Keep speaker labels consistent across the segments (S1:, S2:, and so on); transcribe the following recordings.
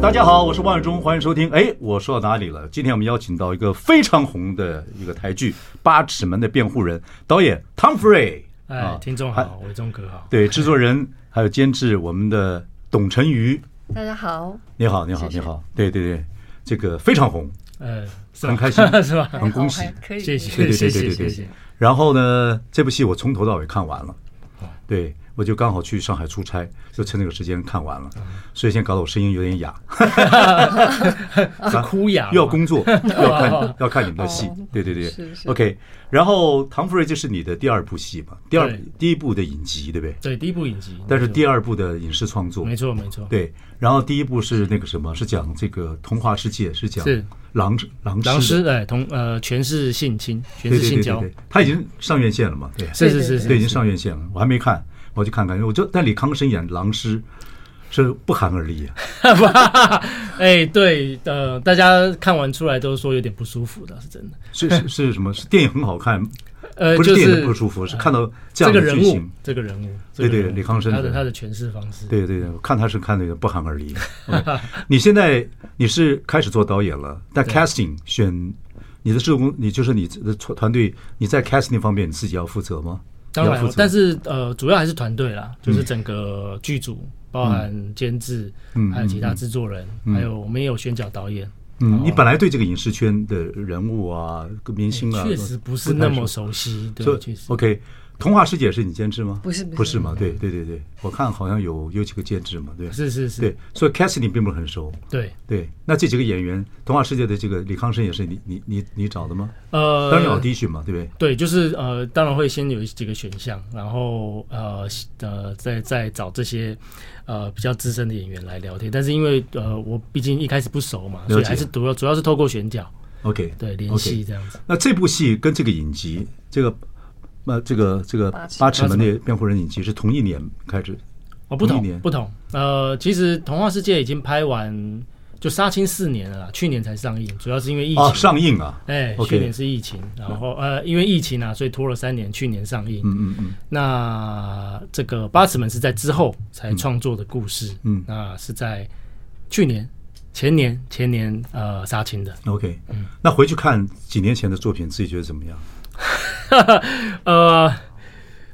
S1: 大家好，我是万永忠，欢迎收听。哎，我说到哪里了？今天我们邀请到一个非常红的一个台剧《八尺门的辩护人》，导演汤福瑞。啊
S2: 哎，听众好，伟忠哥好。
S1: 对，制作人还有监制我们的董晨瑜，
S3: 大家好，
S1: 你好，你好，你好，对对对，这个非常红，
S2: 呃， 是吧
S1: 很开心啊
S2: 是吧？
S1: 很恭喜
S3: 还好，还可以，
S2: 谢
S3: 可以。
S1: 对
S2: 谢，
S1: 对对
S2: 谢谢，
S1: 对
S2: 谢
S1: 对
S2: 谢
S1: 对。。然后呢，这部戏我从头到尾看完了，
S2: 哦
S1: 对我就刚好去上海出差，就趁这个时间看完
S2: 嗯
S1: 了，所以现在搞得我声音有点哑，
S2: 是哭哑吗，
S1: 又要工 作，又要看要看你们的戏
S3: 哦，
S1: 对对对
S3: 是是
S1: ，OK。然后《唐福瑞》这是你的第二部戏嘛？第二
S2: 对
S1: 第一部的影集对不对？
S2: 对第一部影集，
S1: 但是
S2: 没错
S1: 第二部的影视创作，
S2: 没错没错，
S1: 对，然后第一部是那个什么，是讲这个童话世界，是讲
S2: 是
S1: 狼狼
S2: 狼
S1: 师
S2: 师
S1: 的，
S2: 哎同呃全是性侵，全
S1: 对
S2: 是
S1: 对
S2: 性
S1: 对
S2: 交
S1: 对，对，他已经上院线了嘛？对，
S2: 是是是
S1: 对，
S2: 是
S1: 已经上院线了，我还没看，我去看看，我就但李康生演狼师是不寒而栗啊，
S2: 哎对呃大家看完出来都说有点不舒服的，是真的。
S1: 是是是什么？是电影很好看，
S2: 呃，
S1: 不
S2: 就是
S1: 电
S2: 是
S1: 影不舒服，是看到这
S2: 这
S1: 样
S2: 个
S1: 的
S2: 人
S1: 剧
S2: 物
S1: 情。，
S2: 这个人物，
S1: 对
S2: 这个
S1: 对
S2: 人物
S1: 李康生
S2: 他的
S1: 对
S2: 他的诠释方式，
S1: 对对对，我看他是看那个不寒而 栗。OK 你现在你是开始做导演了，但 casting 选你的制作公，你就是你的团队，你在 casting 方面你自己要负责吗？
S2: 当
S1: 你要
S2: 然
S1: 负
S2: 了
S1: 责，
S2: 但是呃，主要还是团队啦，就是整个剧组，包含监制，
S1: 嗯
S2: 还有其他制作人，还有我们也有选角导演，
S1: 嗯，你本来对这个影视圈的人物啊、明星啊，
S2: 哎确实不是
S1: 不太
S2: 那么熟悉，
S1: 所
S2: 对，
S1: 以
S2: 确实。
S1: OK，童话世界是你监制吗？
S3: 不是不是
S1: 不是嘛？对对对对，我看好像有有几个监制嘛，对，
S2: 是是是，
S1: 对，所以 casting 并不是很熟。
S2: 对，
S1: 对，那这几个演员，童话世界的这个李康生也是你你你你找的吗？
S2: 呃，
S1: 当然有 audition 嘛，对不对？
S2: 对，就是呃，当然会先有几个选项，然后呃呃，再再找这些呃比较资深的演员来聊天。但是因为呃，我毕竟一开始不熟嘛，
S1: 解
S2: 所以还是主要主要是透过选角
S1: OK，
S2: 对联系这样子。
S1: 那这部戏跟这个影集，这个呃这个这个
S3: 八尺
S1: 八尺门的辩护人影集是同一年开始，
S2: 哦，不
S1: 同一
S2: 同
S1: 年
S2: 不同。呃，其实《童话世界》已经拍完，就杀青四年了啦，去年才上映，主要是因为疫情。
S1: 哦上映啊，
S2: 哎
S1: OK
S2: 去年是疫情，然后呃，因为疫情啊，所以拖了三年，去年上映。
S1: 嗯嗯嗯，
S2: 那这个《八尺门》是在之后才创作的故事，
S1: 嗯
S2: 那是在去年、前年、前年呃杀青的。
S1: OK，那
S2: 嗯
S1: 回去看几年前的作品，自己觉得怎么样？
S2: 呃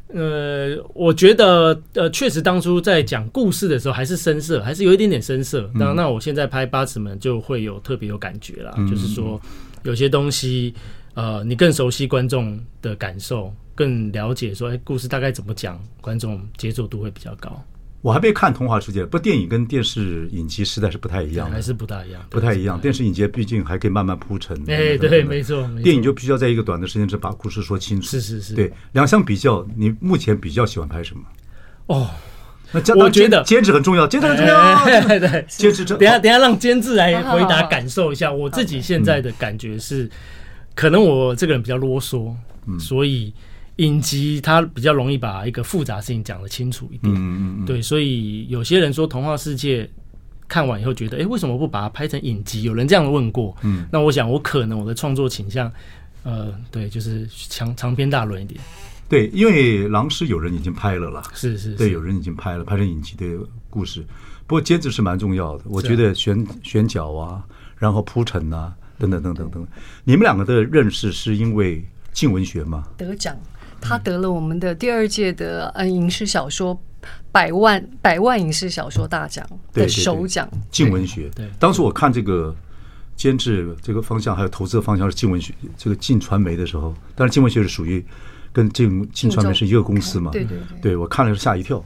S2: 呃，我觉得呃，确实当初在讲故事的时候还是深色，还是有一点点深色。
S1: 嗯
S2: 那、那我现在拍《八尺门》就会有特别有感觉
S1: 嗯
S2: 啦，就是说有些东西呃，你更熟悉观众的感受，更了解说哎、故事大概怎么讲，观众接受度会比较高，
S1: 我还没看《童话世界》，不，电影跟电视影集实在是不太一样
S2: 还
S1: 的，
S2: 是不大一样，
S1: 不太一样。电视影集毕竟还可以慢慢铺陈。
S2: 哎，
S1: 等等
S2: 对，
S1: 等等
S2: 没错，没错
S1: 嗯电影就必须要在一个短的时间之内把故事说清楚。
S2: 是是是，
S1: 对，两相比较，你目前比较喜欢拍什么？
S2: 哦，
S1: 那这
S2: 我觉得
S1: 坚持很重要，坚持很重要，
S2: 哎对对，
S1: 坚持这哦
S2: 等一下等一下让监制来
S3: 好好好
S2: 回答，感受一下我自己现在的感觉是，可能我这个人比较啰嗦，
S1: 嗯
S2: 所以影集它比较容易把一个复杂事情讲得清楚一点，
S1: 嗯嗯嗯，
S2: 对，所以有些人说《童话世界》。看完以后觉得，哎、为什么不把它拍成影集？有人这样问过。嗯，那我想，我可能我的创作倾向，呃，对，就是长长篇大论一点。
S1: 对，因为《狼师》有人已经拍了啦，
S2: 是是是，
S1: 对，有人已经拍了，拍成影集的故事。不过坚持是蛮重要的，我
S2: 是啊
S1: 觉得选选角啊，然后铺陈啊，等等等等等等。你们两个的认识是因为静文学吗？
S3: 得奖，
S1: 嗯
S3: 他得了我们的第二届的呃影视小说百万百万影视小说大奖
S1: 对对对
S3: 的首奖，
S1: 静文学。
S2: 对对
S1: 当时我看这个监制这个方向，还有投资的方向是静文学，这个静传媒的时候，但是静文学是属于跟静静传媒是一个公司嘛？
S3: 对对对
S1: 我看了吓一跳，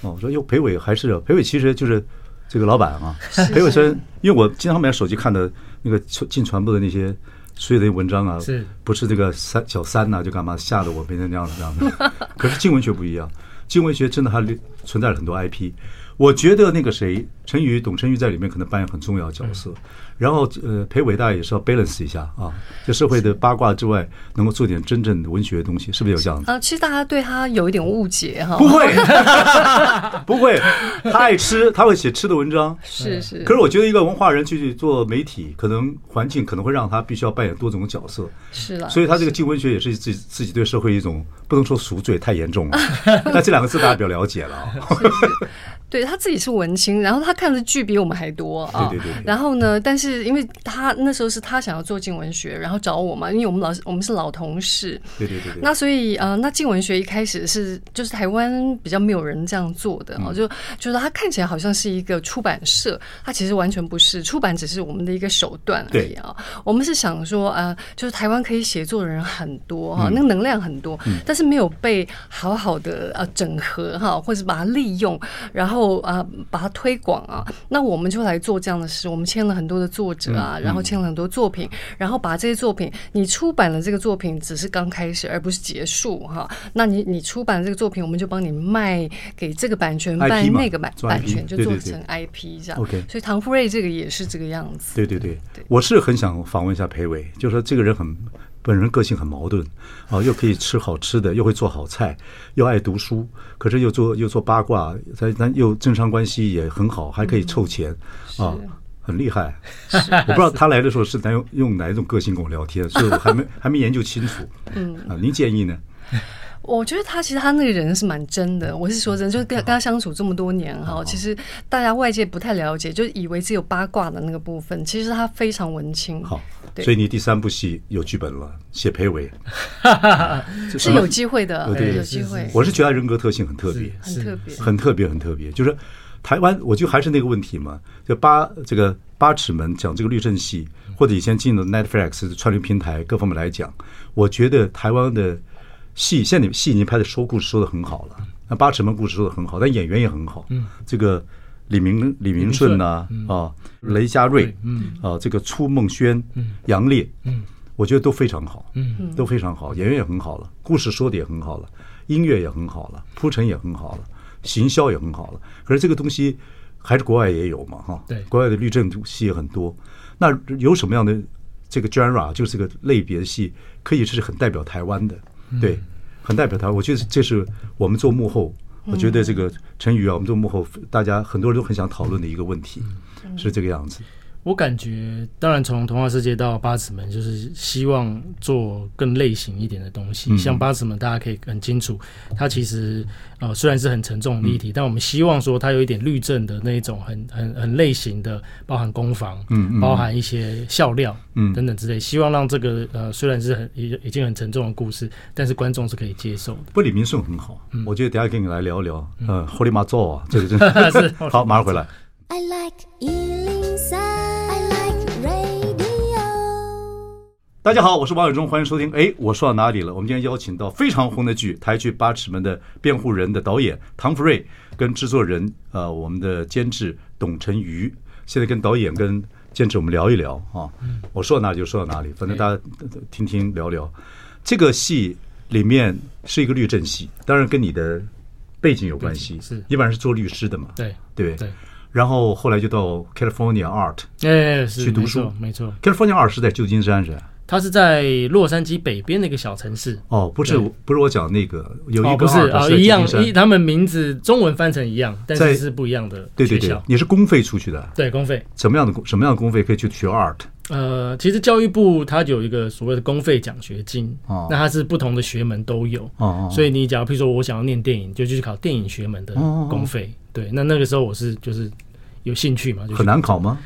S1: 哦，我说哟，裴伟还是裴伟，其实就是这个老板啊。裴伟虽然因为我经常买手机看的那个进传播的那些。所有的文章啊，
S2: 是
S1: 不是这个三小三呐、就干嘛吓得 我变成那样子这样的？可是静文学不一样，静文学真的还留存在了很多 IP。我觉得那个谁，陈宇、董晨宇在里面可能扮演很重要的角色。然后呃，裴伟大也是要 balance 一下啊，这社会的八卦之外，能够做点真正的文学的东西，是不是有这样子？
S3: 啊，其实大家对他有一点误解哈，
S1: 不会，不会，他爱吃，他会写吃的文章。
S3: 是是，
S1: 可是我觉得一个文化人去做媒体，可能环境可能会让他必须要扮演多种角色，
S3: 是啦，
S1: 所以他这个进文学也是自己自己对社会一种不能说赎罪太严 重了，那这两个字大家比较了解了啊。
S3: 对他自己是文青，然后他看的剧比我们还多啊。
S1: 对对对对
S3: 然后呢，但是因为他那时候是他想要做静文学，然后找我嘛，因为我们老我们是老同事。
S1: 对对对对，
S3: 那所以呃，那静文学一开始是就是台湾比较没有人这样做的
S1: 嗯
S3: 哦，就就是它看起来好像是一个出版社，它其实完全不是，出版只是我们的一个手段而已啊。我们是想说呃，就是台湾可以写作的人很多
S1: 嗯
S3: 哈、那个能量很多，但是没有被好好的呃整合哈、或者把它利用，然后呃把它推广啊。那我们就来做这样的事，我们签了很多的作者啊，
S1: 嗯
S3: 然后签了很多作品，然后把这些作品，你出版了这个作品只是刚开始，而不是结束哈。那你你出版了这个作品，我们就帮你卖给这个版权，
S1: IP
S3: 卖
S1: 嘛
S3: 那个版
S1: 做 IP
S3: 版权，就
S1: 对
S3: 做
S1: 对对
S3: 成 IP 这样。
S1: OK
S3: 所以唐福瑞这个也是这个样子。
S1: 对对对
S3: 对，
S1: 我是很想访问一下裴伟，就说这个人很本人个性很矛盾啊，又可以吃好吃的，又会做好菜，又爱读书，可是又做又做八卦，咱咱又政商关系也很好，还可以凑钱、
S3: 嗯
S1: 啊。很厉 害，我不知道他来的时候是哪用用哪一种个性跟我聊天，所以我还没还没研究清楚。嗯啊，您建议呢？
S3: 我觉得他其实他那个人是蛮真的，我是说
S1: 嗯
S3: 真的，就是跟跟他相处这么多年哈，其实大家外界不太了解，就以为只有八卦的那个部分，其实他非常文青。
S1: 好，
S3: 对
S1: 所以你第三部戏有剧本了，写裴伟，
S3: 是有机会的，哎
S1: 呃对
S3: 有机会，
S1: 我是觉得他人格特性很特别，
S3: 很特别。
S1: 很特别，很特别。就是台湾，我就还是那个问题嘛，就八这个八尺门讲这个律政戏，或者以前进了 Netflix 串流平台各方面来讲，我觉得台湾的戏，现在你们戏已经拍的说故事说的很好了，那八尺门故事说的很好，但演员也很好，嗯，这个。李明李明顺呐、啊，雷佳瑞，嗯，啊，这个初梦轩，嗯，杨烈，嗯，我觉得都非常好，嗯，都非常好，演员也很好了，故事说的也很好了，音乐也很好了，铺陈也很好了，行销也很好了。可是这个东西还是国外也有嘛，哈，
S2: 对
S1: 国外的律政戏也很多。那有什么样的这个 genre 就是这个类别的戏，可以是很代表台湾的，对，很代表台湾。我觉得这是我们做幕后。我觉得这个陈宇啊，我们做幕后，大家很多人都很想讨论的一个问题，是这个样子。
S2: 我感觉，当然从童话世界到八尺门，就是希望做更类型一点的东
S1: 嗯
S2: 西。像八尺门，大家可以很清楚，它其实呃虽然是很沉重的议
S1: 嗯
S2: 题，但我们希望说它有一点律政的那一种很很很类型的，包含攻防，
S1: 嗯嗯
S2: 包含一些笑料，
S1: 嗯
S2: 等等之类。希望让这个呃虽然是很已已经很沉重的故事，但是观众是可以接受的。
S1: 不过李明顺很好，我觉得等一下跟你来聊一聊。呃，holy 妈造啊，这个真的
S2: 是
S1: 好，马上回来。
S4: I like Ealing Sound. I like radio.
S1: 大家好，我是王伟忠，欢迎收听。哎，我说到哪里了？我们今天邀请到非常红的剧台剧《八尺门》的辩护人的导演唐福瑞，跟制作人呃我们的监制董晨瑜，现在跟导演跟监制我们聊一聊啊。我说到哪里就说到哪里，反正大家呃听听聊聊。这个戏里面是一个律政戏，当然跟你的背景有关系，
S2: 背景是
S1: 你本来是做律师的嘛，
S2: 对
S1: 对不对
S2: 对，
S1: 然后后来就到 California Art。
S2: 哎、是
S1: 去读
S2: 没
S1: 书
S2: 错没错。
S1: California Art 是在旧金山是吧？
S2: 它是在洛杉矶北边的一个小城市，
S1: 哦，不是
S2: 对，
S1: 不是我讲那个有
S2: 哦，
S1: 一
S2: 不
S1: 个
S2: 是
S1: 二
S2: 啊、
S1: 的在
S2: 一样
S1: 旧金山
S2: 一，他们名字中文翻成一样，但
S1: 在
S2: 是是不一样的
S1: 对对
S2: 学
S1: 对
S2: 校，。
S1: 你是公费出去的，
S2: 对公费，
S1: 什么样的公什么样的公费可以去学 art？
S2: 呃，其实教育部它有一个所谓的公费奖学金，
S1: 哦
S2: 那它是不同的学门都有，
S1: 哦哦
S2: 所以你假如譬如说我想要念电影，就去考电影学门的
S1: 哦哦
S2: 公费，对，那那个时候我是就是有兴趣嘛，就是
S1: 很难考吗？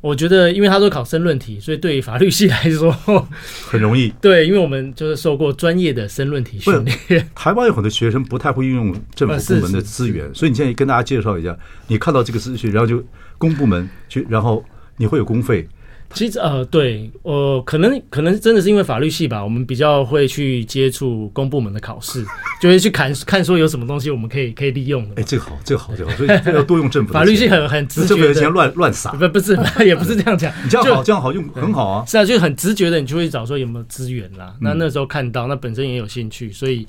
S2: 我觉得因为他都考申论题，所以对于法律系来说，
S1: 很容易。
S2: 对，因为我们就是受过专业的申论题训练，
S1: 台湾有很多学生不太会运用政
S2: 呃
S1: 府
S2: 是
S1: 部门的资源，所以你现在跟大家介绍一下，你看到这个资讯，然后就公部门去，然后你会有公费，
S2: 其实呃，对，呃，可能可能真的是因为法律系吧，我们比较会去接触公部门的考试， 就会去看看说有什么东西我们可以可以利用的
S1: 哎，。这个好，这个 好，这个好，所以要多用政府的钱。
S2: 法律系很很直
S1: 政府
S2: 觉
S1: 的钱
S2: 的，
S1: 乱乱撒，
S2: 不不是 也不是这样讲，
S1: 你这样
S2: 就
S1: 好，这样好用，很好啊。
S2: 是啊，就很直觉的，你就会找说有没有资源啦。那那时候看到，那本身也有兴趣，所以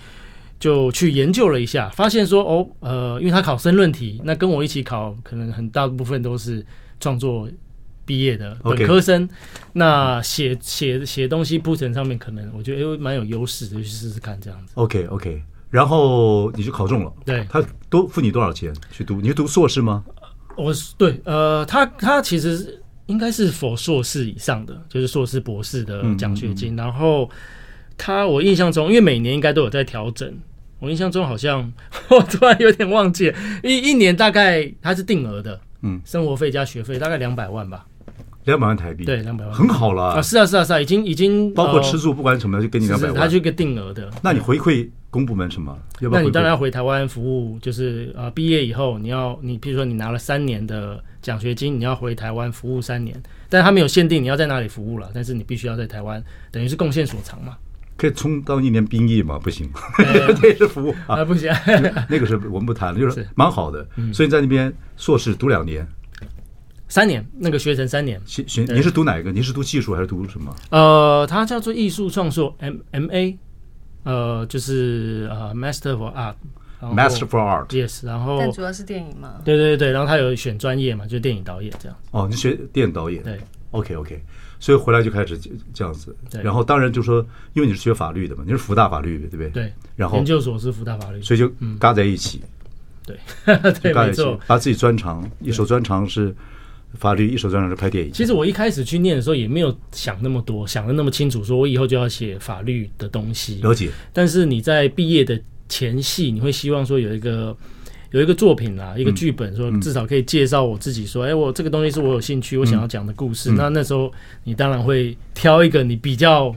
S2: 就去研究了一下，发现说哦，呃，因为他考申论题，那跟我一起考，可能很大部分都是创作毕业的
S5: OK
S2: 本科生。那写写写东西铺陈上面，可能我觉得哎蛮有优势的，就去试试看这样子。
S1: OK OK，然后你就考中了，
S2: 对
S1: 他多付你多少钱去读？你是读硕士吗？
S2: 我是对呃，他他其实应该是否硕士以上的，就是硕士博士的
S5: 嗯
S2: 奖学金。然后他我印象中，因为每年应该都有在调整，我印象中好像 我突然有点忘记了，一一年大概他是定额的，
S1: 嗯，
S2: 生活费加学费大概两百万吧，
S5: 两百万台币，
S2: 对，，两百万
S5: 很好了
S2: 啊，，是啊是啊是啊，已经已经
S5: 包括
S2: 呃
S5: 吃住不管什么的就给你
S2: 是
S5: 两百
S2: 是他
S5: 万。
S2: 就一个定额的，
S1: 那你回馈公部门什么？要不
S2: 那
S1: 要回馈？
S2: 你当然要回台湾服务，就是呃，毕业以后你要你，譬如说你拿了三年的奖学金，你要回台湾服务三年，但他没有限定你要在哪里服务了，但是你必须要在台湾，等于是贡献所长嘛。
S1: 可以充当一年兵役吗？不 行，
S2: 呃
S1: 这是服务啊。
S2: 啊，不行，
S1: 那个是我们不谈了，就是
S2: 是嗯
S1: 蛮好的。所以在那边硕士读两年，
S2: 三年那个学成三年，
S1: 行行，您是读哪一个？您是读技术还是读什么？
S2: 呃，它叫做艺术创作 M M A，呃，就是呃 Master for Art 然后
S1: Master for Art。
S2: Yes，然后
S3: 但主要是电影嘛。
S2: 对对对，然后他有选专业嘛，就电影导演这样。
S1: 哦，你学电影导演。
S2: 对。
S1: OK OK，所以回来就开始这样子。
S2: 对
S1: 然后当然就说，因为你是学法律的嘛，你是福大法律的，对不对？
S2: 对，
S1: 然后
S2: 研究嗯所是福大法律，
S1: 所以就搭在一起，
S2: 对
S1: 就
S2: 对，
S1: 搭在
S2: 没
S1: 一起
S2: 错，。
S1: 把自己专长，一手专长是法律，一手专长是拍电影。
S2: 其实我一开始去念的时候也没有想那么多，想的那么清楚，说我以后就要写法律的东西。
S1: 了解，
S2: 但是你在毕业的前夕，你会希望说有一个有一个作品啦，一个剧本，说至少可以介绍我自己，说，哎，我这个东西是我有兴趣，我想要讲的故事。那那时候你当然会挑一个你比较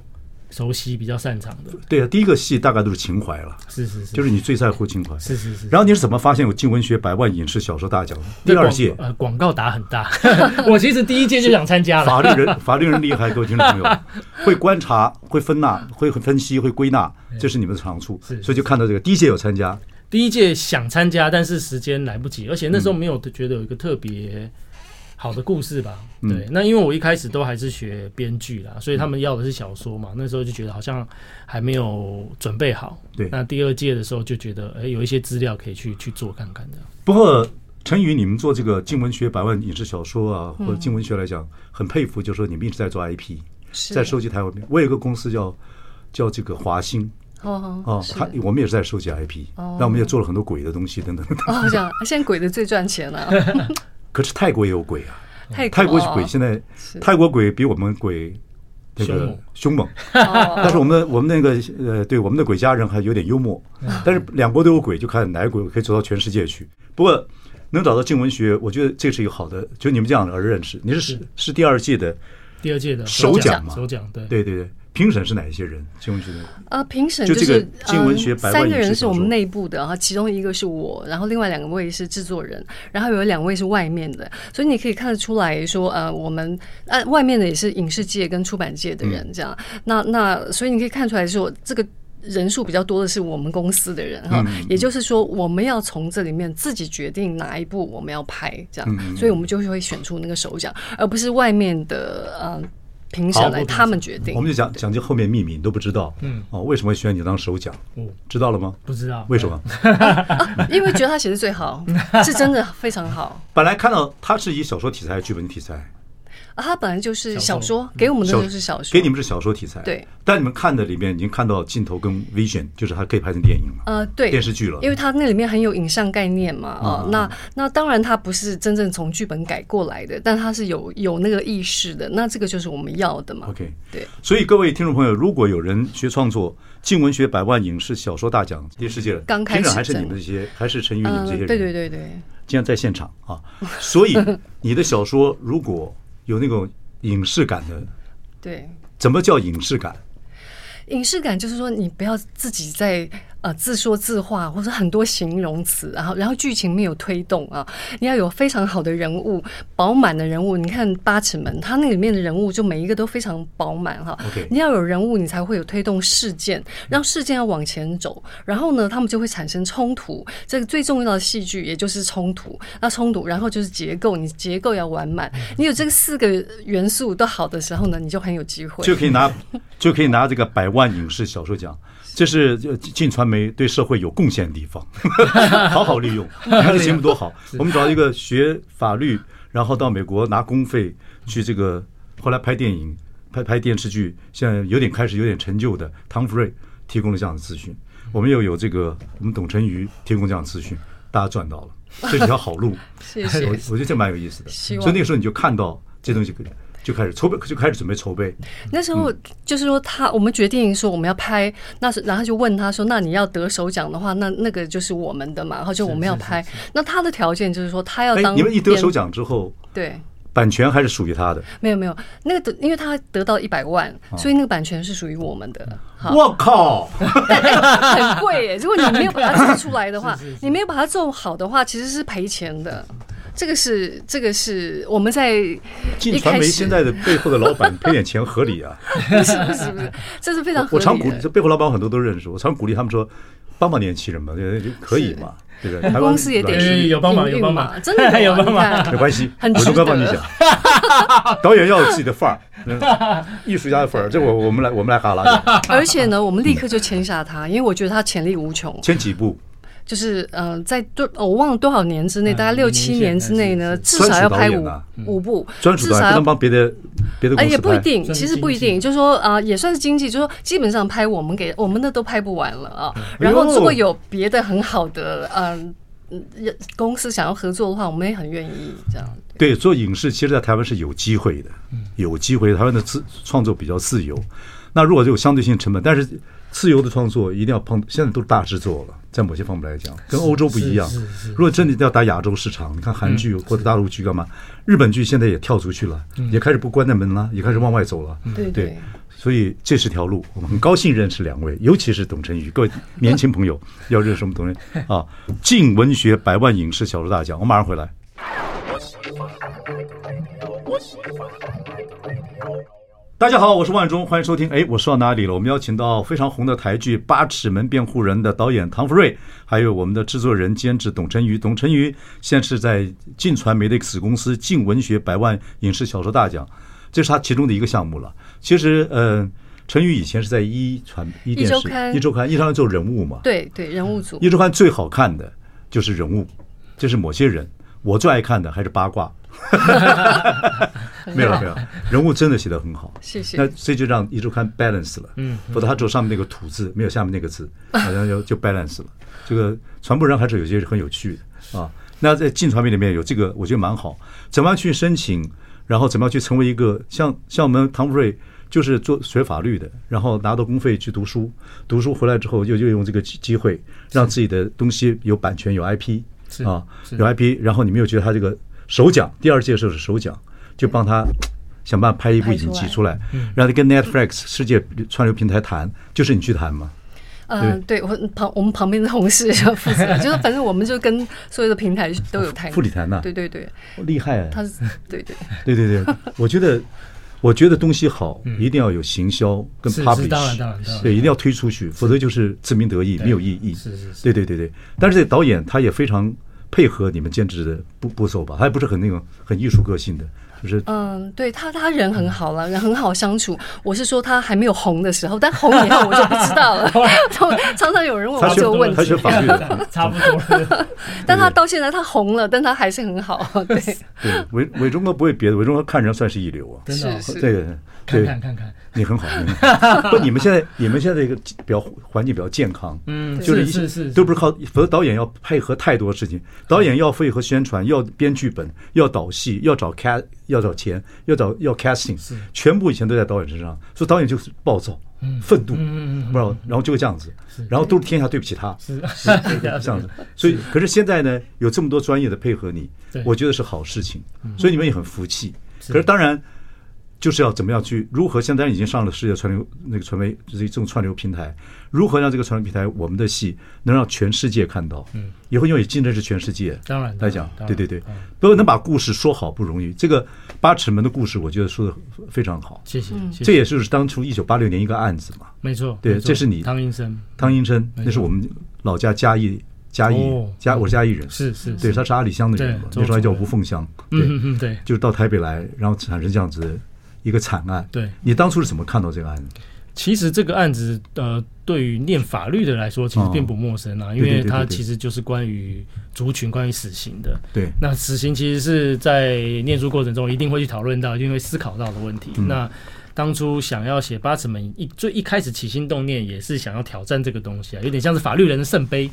S2: 熟悉、比较擅长的，
S1: 对啊，第一个戏大概都是情怀了，
S2: 是是是，
S1: 就是你最在乎情怀。
S2: 是是是。
S1: 然后你是怎么发现有进文学百万影视小说大奖的？第二届
S2: 广呃广告打很大， 我其实第一届就想参加了。
S1: 法律 人，法律人厉害，各位听众朋友，会观察，会分纳，会分析，会归纳，这是你们的长处。
S2: 是
S1: 所以就看到这个第一届有参加，
S2: 第一届想参加，但是时间来不及，而且那时候没有觉得有一个特别好的故事吧？
S1: 嗯
S2: 对，那因为我一开始都还是学编剧啦，所以他们要的是小说
S1: 嗯
S2: 嘛，那时候就觉得好像还没有准备好。
S1: 对
S2: 那第二届的时候就觉得，哎、有一些资料可以去去做看看的。
S1: 不过，陈宇，你们做这个静文学百万影视小说啊，或者
S2: 嗯
S1: 静文学来讲，很佩服，就是说你们一直在做 IP，
S3: 是
S1: 在收集台湾片。我有一个公司叫叫这个华兴
S3: 哦
S1: 啊，
S3: 是
S1: 他我们也是在收集 IP，那我们也做了很多鬼的东西等等。
S3: 哦，这样现在鬼的最赚钱 了，
S1: 可是泰国也有鬼啊，
S3: 泰
S1: 泰国
S3: 哦
S1: 鬼现在泰国鬼比我们鬼。那个凶猛，
S3: 哦
S1: 但是我们我们那个呃，对我们的鬼家人还有点幽默，但是两国都有鬼，就看哪个鬼可以走到全世界去。不过能找到静文学，我觉得这是一个好的，就你们这样的而认识。你是是是第二届的，
S2: 第二届的
S1: 首奖嘛
S2: 首奖对。
S1: 对对对，评审是哪一些人？静文学的
S3: 呃，评审
S1: 就这
S3: 是
S1: 个静文学
S3: 嗯
S1: 百万
S3: 三
S1: 影视
S3: 个人
S1: 小
S3: 是我
S1: 说
S3: 们内部的，然后其中一个是我，然后另外两位是制作人，然后有两位是外面的，所以你可以看得出来说，呃，我们呃外面的也是影视界跟出版界的
S1: 嗯
S3: 人这样，那那所以你可以看出来说这个。人数比较多的是我们公司的人哈，
S1: 嗯
S3: 也就是说，我们要从这里面自己决定哪一部我们要拍，这
S1: 嗯
S3: 样，所以我们就会选出那个首奖，而不是外面的呃评
S1: 好
S3: 审来
S1: 我
S3: 他们决定
S1: 我。们就讲讲这后面秘密，你都不知道。嗯，哦，为什么选你当首奖？
S2: 哦
S1: 知道了吗？
S3: 嗯
S2: 不知道
S1: 为什么？
S3: 因为觉得他写的最好，是真的非常好
S1: 本来看到它是以小说题材、剧本题材，
S3: 啊！他本来就是
S2: 小
S3: 小
S2: 说
S3: 说，给我们的就是小说，
S1: 给你们是小说题材，
S3: 对。
S1: 但你们看的里面已经看到镜头跟 vision，就是还可以拍成电影了，
S3: 呃对
S1: 电视嗯剧了。
S3: 因为它那里面很有影像概念嘛，啊、那那当然它不是真正从剧本改过来的，但它是有有那个意识的，那这个就是我们要的嘛。
S1: OK，
S3: 对，
S1: 所以各位听众朋友，如果有人学创作，静文学百万影视小说大奖第十届了，
S3: 刚开始
S1: 评审还是
S3: 真
S1: 你们这些，还是陈宇你们这些人，
S3: 呃对对对对，
S1: 今天在现场啊，所以你的小说如果有那种影视感的，
S3: 对。
S1: 怎么叫影视感？
S3: 影视感就是说，你不要自己在呃自说自话，或者很多形容词，然后然后剧情没有推动啊，你要有非常好的人物，饱满的人物。你看《八尺门》，它那里面的人物就每一个都非常饱满哈、
S1: OK
S3: 你要有人物，你才会有推动事件，让事件要往前走，然后呢，他们就会产生冲突。这个最重要的戏剧也就是冲突，那冲突，然后就是结构，你结构要完满。
S1: 嗯
S3: 你有这个四个元素都好的时候呢，你就很有机会。
S1: 就可以拿就可以拿这个百万影视小说奖，这是呃进传媒对社会有贡献的地 方，好好利用。你看这节目多好，我们找一个学法律，然后到美国拿公费去这个，后来拍电影、拍拍电视剧，现在有点开始有点成就的唐福瑞提供了这样的资讯，我们又有这个我们董晨瑜提供这样的资讯，大家赚到了，这是一条好 路。
S3: 谢
S1: 我
S3: 谢。
S1: 我觉得这蛮有意思的。
S3: 希望
S1: 所以那个时候你就看到这东西就就开始筹备，就开始准备筹备。
S3: 那时
S1: 嗯
S3: 候就是说他，我们决定说我们要拍，那时然后就问他说，那你要得首奖的话，那那个就是我们的嘛，然后就我们要拍。那他的条件就是说，他要
S1: 哎，
S3: 当
S1: 你们一得
S3: 编
S1: 首奖之后，
S3: 对。
S1: 版权还是属于他的。
S3: 没有没有，那个得，因为他得到一百万，
S1: 哦
S3: 所以那个版权是属于我们的。好，
S1: 我 靠！嗯
S3: 很贵耶！如果你没有把它做出来 的话，你没有把它做好的话，其实是赔钱的。这个是这个是我们在
S1: 进
S3: 一
S1: 传
S3: 开
S1: 媒
S3: 始
S1: 现在的背后的老板赔点钱合理啊！
S3: 不是不是不是，这是非常
S1: 我
S3: 合
S1: 我常
S3: 理
S1: 鼓励
S3: 的。
S1: 这背后老板我很多都认识，我常鼓励他们说，帮帮年轻人嘛，对对可以嘛，对不对？台湾
S3: 公司也得
S1: 软实力
S2: 哎有帮忙
S3: 营运
S2: 有帮
S3: 嘛
S2: 忙
S3: 真的
S2: 有
S3: 啊
S2: 帮
S3: 你
S2: 忙
S3: 看
S1: 没关系，
S3: 很
S1: 我
S3: 值
S1: 都
S3: 得
S1: 刚帮你讲，导演要有自己的范儿，嗯艺术家的范儿，这我我们来我们来哈拉，
S3: 而且呢，我们立刻就签下他，因为我觉得他潜力无穷。
S1: 前几部
S3: 就是呃，在多呃我忘了多少年之
S1: 嗯
S3: 内，大概六七年之内呢，至少要拍
S1: 专属
S3: 五
S1: 导演啊
S3: 五部，
S1: 专属
S3: 至
S1: 导演
S3: 少
S1: 不
S3: 要
S1: 能帮别的别的
S3: 啊，
S1: 公司
S3: 也不一
S1: 拍
S3: 定，
S2: 算是
S3: 其实不一
S2: 经济
S3: 定，就是说啊、呃也算是经济，就是说基本上拍我们给我们的都拍不完了啊。然
S1: 哎
S3: 后
S1: 呦
S3: 如果有别的很好的嗯、呃也公司想要合作的话，我们也很愿意这样。
S1: 对，做影视其实，在台湾是有机会的，
S2: 嗯
S1: 有机会。台湾的自创作比较自由，那如果有相对性成本，但是自由的创作一定要碰，现在都是大制作了，在某些方面来讲，跟欧洲不一样
S2: 是是。嗯
S1: 如果真的要打亚洲市场，你看韩剧或者大陆剧干嘛？日本剧现在也跳出去了，也开始不关在门了，也开始往外走了。
S2: 嗯
S3: 对
S1: 嗯对，所以这是条路。我们很高兴认识两位，尤其是董晨宇，各位年轻朋友 要认识我们董晨宇啊！晋文学百万影视小说大奖，我马上回来。大家好，我是万忠，欢迎收听。哎，我说到哪里了？我们邀请到非常红的台剧《八尺门辩护人》的导演唐福瑞，还有我们的制作人、监制董晨瑜。董晨瑜现在是在晋传媒的子公司晋文学百万影视小说大奖，这是他其中的一个项目了。其实，呃，陈宇以前是在一传一电视
S3: 一周刊
S1: 一周刊，一周刊做人物嘛。
S3: 对对，人物组
S1: 一周刊最好看的就是人物，就是某些人。我最爱看的还是八卦，
S3: 很
S1: 没有了
S3: 好
S1: 没有了，人物真的写得很好。
S3: 谢谢
S1: 那这就让一周刊 balance 了，嗯，否则它只有上面那个土字，没有下面那个字，好像就就 balance 了。这个传播人还是有些很有趣的啊。那在进传媒里面有这个，我觉得蛮好。怎么样去申请，然后怎么样去成为一个像像我们唐福瑞就是做学法律的，然后拿到公费去读书，读书回来之后又又用这个机机会让自己的东西有版权有 IP
S2: 是
S1: 啊
S2: 是
S1: 有 IP，然后你们又觉得他这个首奖，第二届的时候是首奖，就帮他想办法拍一部影集出来，
S2: 嗯
S1: 让他跟 Netflix 世界串流平台谈，就是你去谈嘛。
S3: 嗯，对我旁我们旁边的同事就负责， 就是反正我们就跟所有的平台都有
S2: 哎
S3: 谈
S1: 哦副理啊谈呐
S3: 对对对，
S1: 厉害、啊
S3: 他是对对
S1: 对对 对，我觉得，我觉得东西好，一定要有行销跟
S2: 嗯是
S1: publish，
S2: 是当然当然当然
S1: 对，一定要推出去，否则就是自鸣得意，没有意义。
S2: 是是是
S1: 对对对对。但是这导演他也非常配合你们监制的步步骤吧，他也不是很那种很艺术个性的，就是
S3: 嗯，对他，他人很好了，人很好相处。我是说他还没有红的时候，但红以后我就不知道 了。常常有人问
S1: 他
S3: 我
S1: 学
S3: 这个问
S1: 他学
S3: 题，
S1: 法律的，
S2: 差不多了。
S3: 但他到现在他红了，但他还是很 好。对，
S1: 对伟伟忠哥不会别的，伟忠哥看人算是一流啊。
S2: 真的哦
S3: 是
S1: 对对
S2: 看
S1: 对，
S2: 看看看，
S1: 你很好， 你很好不，你们现在你们现在这个比较环境比较健康，
S2: 嗯，
S1: 就是一
S2: 是
S1: 些
S2: 是，嗯
S1: 都 不是靠，否则导演要配合太多事情，导演要配合宣传，要编剧本，要导戏，要找 cast，要找钱，要找要 casting，全部以前都在导演身上，所以导演就是暴躁、
S2: 嗯
S1: 愤怒，不知道，然后就会这样子，然后都是天下对不起他，
S2: 是
S1: 这样子。所以，可是现在呢，有这么多专业的配合你
S2: 对，嗯
S1: 我觉得是好事情，所以你们也很服气。可是当然。就是要怎么样去如何？现在已经上了世界串流那个传媒，就是这种串流平台，如何让这个串流平台我们的戏能让全世界看到？嗯，以后因为竞争是全世界，
S2: 当然
S1: 来讲，
S2: 当然
S1: 对对对
S2: 当然，
S1: 不过能把故事说好不容易。这个八尺门的故事，我觉得说的非常好。
S2: 谢谢，谢
S1: 这
S2: 谢，
S1: 也就是当初一九八六年一个案子嘛，
S2: 没错，
S1: 对
S2: 没错
S1: 这是你
S2: 唐医生，
S1: 汤英琛，
S2: 没错
S1: 那是我们老家嘉义，嘉义
S2: 哎哦
S1: 嘉，我是嘉义人，
S2: 是是，
S1: 对，
S2: 是，
S1: 他是阿里乡的人嘛，
S2: 对
S1: 那时候还叫
S2: 周总
S1: 吴凤祥，对，
S2: 嗯嗯嗯，对。
S1: 就到台北来，然后产生这样子的一个惨案。
S2: 对
S1: 你当初是怎么看到这个案子？
S2: 其实这个案子，呃，对于念法律的来说，其实并不陌生啊，
S1: 哦对
S2: 因
S1: 对
S2: 为
S1: 对对
S2: 它
S1: 对
S2: 其实就是关于族群、关于死刑的。
S1: 对，
S2: 那死刑其实是在念书过程中一定会去讨论到、一定会思考到的问题。
S1: 嗯
S2: 那当初想要写八尺门，一最一开始起心动念也是想要挑战这个东西啊，有点像是法律人的圣杯。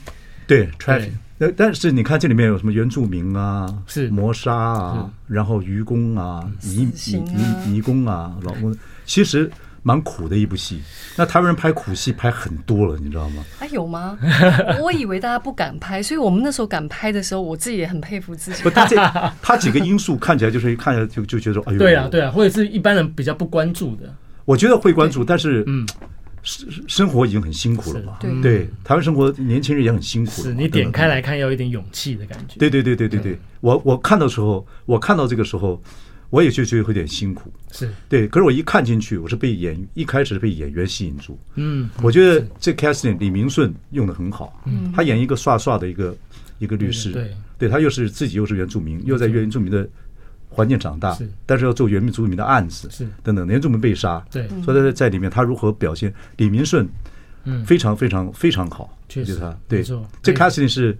S1: 对，traffic。那但是你看这里面有什么原住民啊，
S2: 是
S1: 谋杀啊，然后愚公啊，移
S3: 死
S1: 移
S3: 刑啊
S1: 移移工啊，老公，其实蛮苦的一部戏。那台湾人拍苦戏拍很多了，你知道吗？
S3: 哎，有 吗？我以为大家不敢拍，所以我们那时候敢拍的时候，我自己也很佩服自己
S1: 不，。他这他几个因素看起来就是看起来就就觉得哎呦，
S2: 对啊，对啊，或者是一般人比较不关注的。
S1: 我觉得会关注，但是嗯，生生活已经很辛苦了嘛。
S3: 是对
S1: 台湾生活年轻人也很辛苦了
S2: 是
S1: 嘛。
S2: 你
S1: 等
S2: 点
S1: 等
S2: 开来看，要有一点勇气的感觉。
S1: 对对对对对对，我我看到时候，我看到这个时候，我也就觉得有点辛苦。
S2: 是，
S1: 对，可是我一看进去，我是被演一开始是被演员吸引住。
S2: 嗯，
S1: 我觉得这 casting 李明顺用的很好，他演一个刷刷的一个一个律师，
S2: 对对
S1: 他又是自己又是原住民，又在原住民的环境长大
S2: 是，
S1: 但是要做原住民的案子，
S2: 是
S1: 等等，原住民被杀，
S2: 对嗯
S1: 所以他在在里面他如何表现？李明顺，
S2: 嗯
S1: 非常非常非常好，
S2: 确
S1: 我觉
S2: 实
S1: 得他
S2: 没
S1: 对
S2: 错，
S1: 这
S2: 非常
S1: casting 是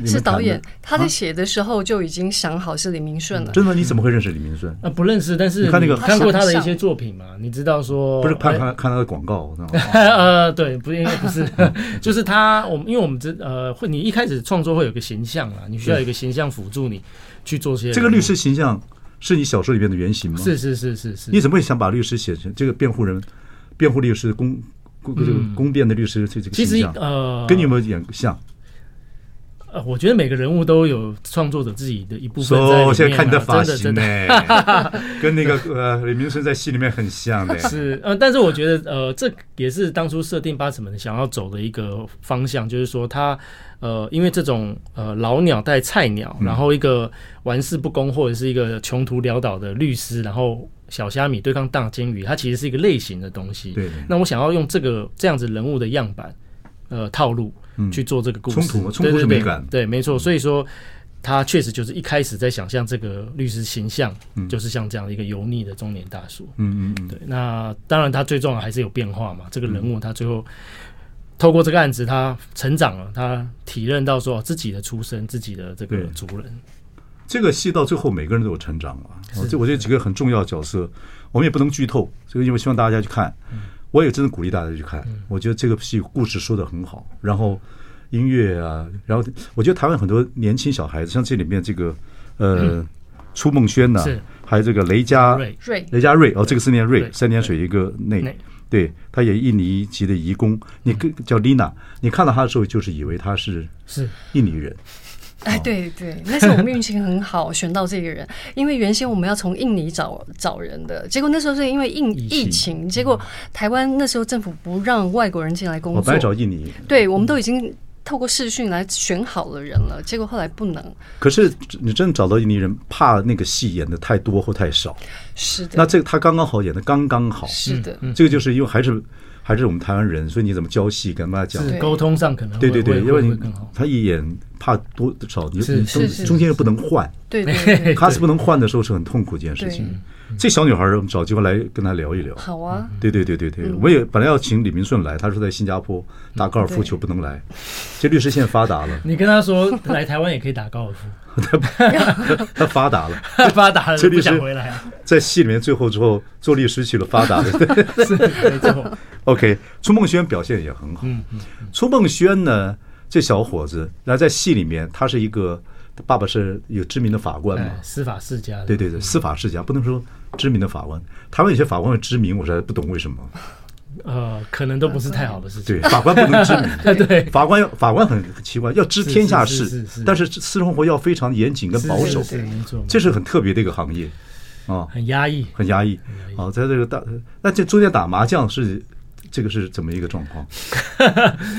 S1: 你
S3: 是
S1: 们
S3: 导
S1: 谈
S3: 演
S1: 的啊
S3: 他在写的时候就已经想好是李明顺
S1: 嗯
S3: 了。
S1: 真的，你怎么会认识李明顺？
S2: 啊，不认识，但是
S1: 你看那个
S2: 看过他的一些作品嘛，你知道说
S1: 不是看
S2: 哎
S1: 看看他的广告，我知道吗
S2: 呃，对，不是，应该不是， 就是他，我们因为我们知呃，会你一开始创作会有个形象啊，你需要有一个形象辅助你去做些
S1: 这个律师形象是你小说里面的原型吗？
S2: 是是是是是，
S1: 你怎么会想把律师写成这个辩护人、辩护律师、公公这个公辩的律师这这个
S2: 嗯其
S1: 形
S2: 实
S1: 象，
S2: 呃，
S1: 跟你有没有点像？
S2: 呃，我觉得每个人物都有创作者自己的一部分在里面、啊。
S1: 说，现在看你的发
S2: 真
S1: 型
S2: 的真的
S1: 呢， 跟那个呃李明顺在戏里面很像的。
S2: 是呃，但是我觉得呃，这也是当初设定八尺门想要走的一个方向，就是说他呃，因为这种呃老鸟带菜鸟，
S1: 嗯
S2: 然后一个玩世不恭或者是一个穷途潦倒的律师，然后小虾米对抗大金鱼，它其实是一个类型的东西。
S1: 对对
S2: 那我想要用这个这样子人物的样板呃套路
S1: 嗯
S2: 去做这个故事，
S1: 冲突嘛冲
S2: 对
S1: 突
S2: 对
S1: 是
S2: 对
S1: 美感嗯
S2: 对，没错。所以说。他确实就是一开始在想象这个律师形象，
S1: 嗯
S2: 就是像这样的一个油腻的中年大叔。
S1: 嗯嗯嗯，
S2: 对，那当然他最重要还是有变化嘛。这个人物他最后透过这个案子，他成长了，他体认到说自己的出身、自己的这个
S1: 对
S2: 族人，
S1: 这个戏到最后每个人都有成长了。哦这我觉得几个很重要的角色，我们也不能剧透，这个因为希望大家去看。我也真的鼓励大家去看，
S2: 嗯
S1: 我觉得这个戏故事说的很好，然后音乐啊，然后我觉得台湾很多年轻小孩子，像这里面这个呃苏梦轩呐
S2: 嗯是，
S1: 还有这个雷佳
S2: 瑞
S3: 瑞
S1: 雷佳瑞哦，这个是念瑞
S2: 对，
S1: 三点水一个内
S2: 内，嗯
S1: 对，他也印尼籍的移工，你跟叫 Lina，你看到他的时候就是以为他是
S2: 是
S1: 印尼人，
S3: 哎，
S1: 哦
S3: 对对，那时候我们运气很好，选到这个人，因为原先我们要从印尼找找人的，结果那时候是因为疫
S2: 疫情
S3: 疫情，结果台湾那时候政府不让外国人进来工
S1: 嗯我
S3: 作
S1: 哦本来，找嗯印尼，
S3: 对我们都已经透过视讯来选好了人了，结果后来不能，
S1: 可是你真的找到印尼人，怕那个戏演的太多或太少，
S3: 是的，
S1: 那嗯这个他刚刚好演的刚刚好，
S3: 是的，
S1: 这个就是因为还是还是我们台湾人，所以你怎么教戏跟大家讲，
S2: 是
S3: 对
S2: 沟通上可能
S1: 对对对，
S2: 会
S1: 要不
S2: 会
S1: 然
S2: 会
S1: 你
S2: 更好。
S1: 他一演怕多少，你
S2: 是
S1: 你
S2: 是，
S1: 中
S3: 是
S1: 中间又不能换，
S3: 对对对，
S1: 卡斯不能换的时候是很痛苦一件事情
S3: 对。
S1: 这小女孩儿，我们找机会来跟她聊一聊。
S3: 好啊，
S1: 对对对对对，我也本来要请李明顺来，他说在新加坡打高尔夫球不能来，这律师现在发达了
S2: 你跟 他说来台湾也可以打高尔夫，
S1: 他发达了，
S2: 发达了
S1: 这
S2: 不
S1: 律师
S2: 想回来，啊
S1: 在戏里面最后之后做律师去了发 达了。
S2: 没 错，
S1: OK，初梦轩表现也很好。嗯初梦轩呢，这小伙子，然后在戏里面他是一个他爸爸是有知名的法官嘛
S2: 哎，司法世家，
S1: 嗯对，对对，司法世家不能说知名的法官，台湾有些法官会知名，我实在不懂为什么。
S2: 呃，可能都不是太好的事情
S1: 对，，法官不能知名。
S2: 对对
S1: 法官要法官很很奇怪，要知天下
S2: 是是
S1: 事
S2: 是是，
S1: 但是私生活要非常严谨跟
S2: 是
S1: 保守，
S2: 是是没错，
S1: 这是很特别的一个行业啊，
S2: 很压抑。
S1: 很压抑啊。在这个大，那这中间打麻将是这个是怎么一个状 况？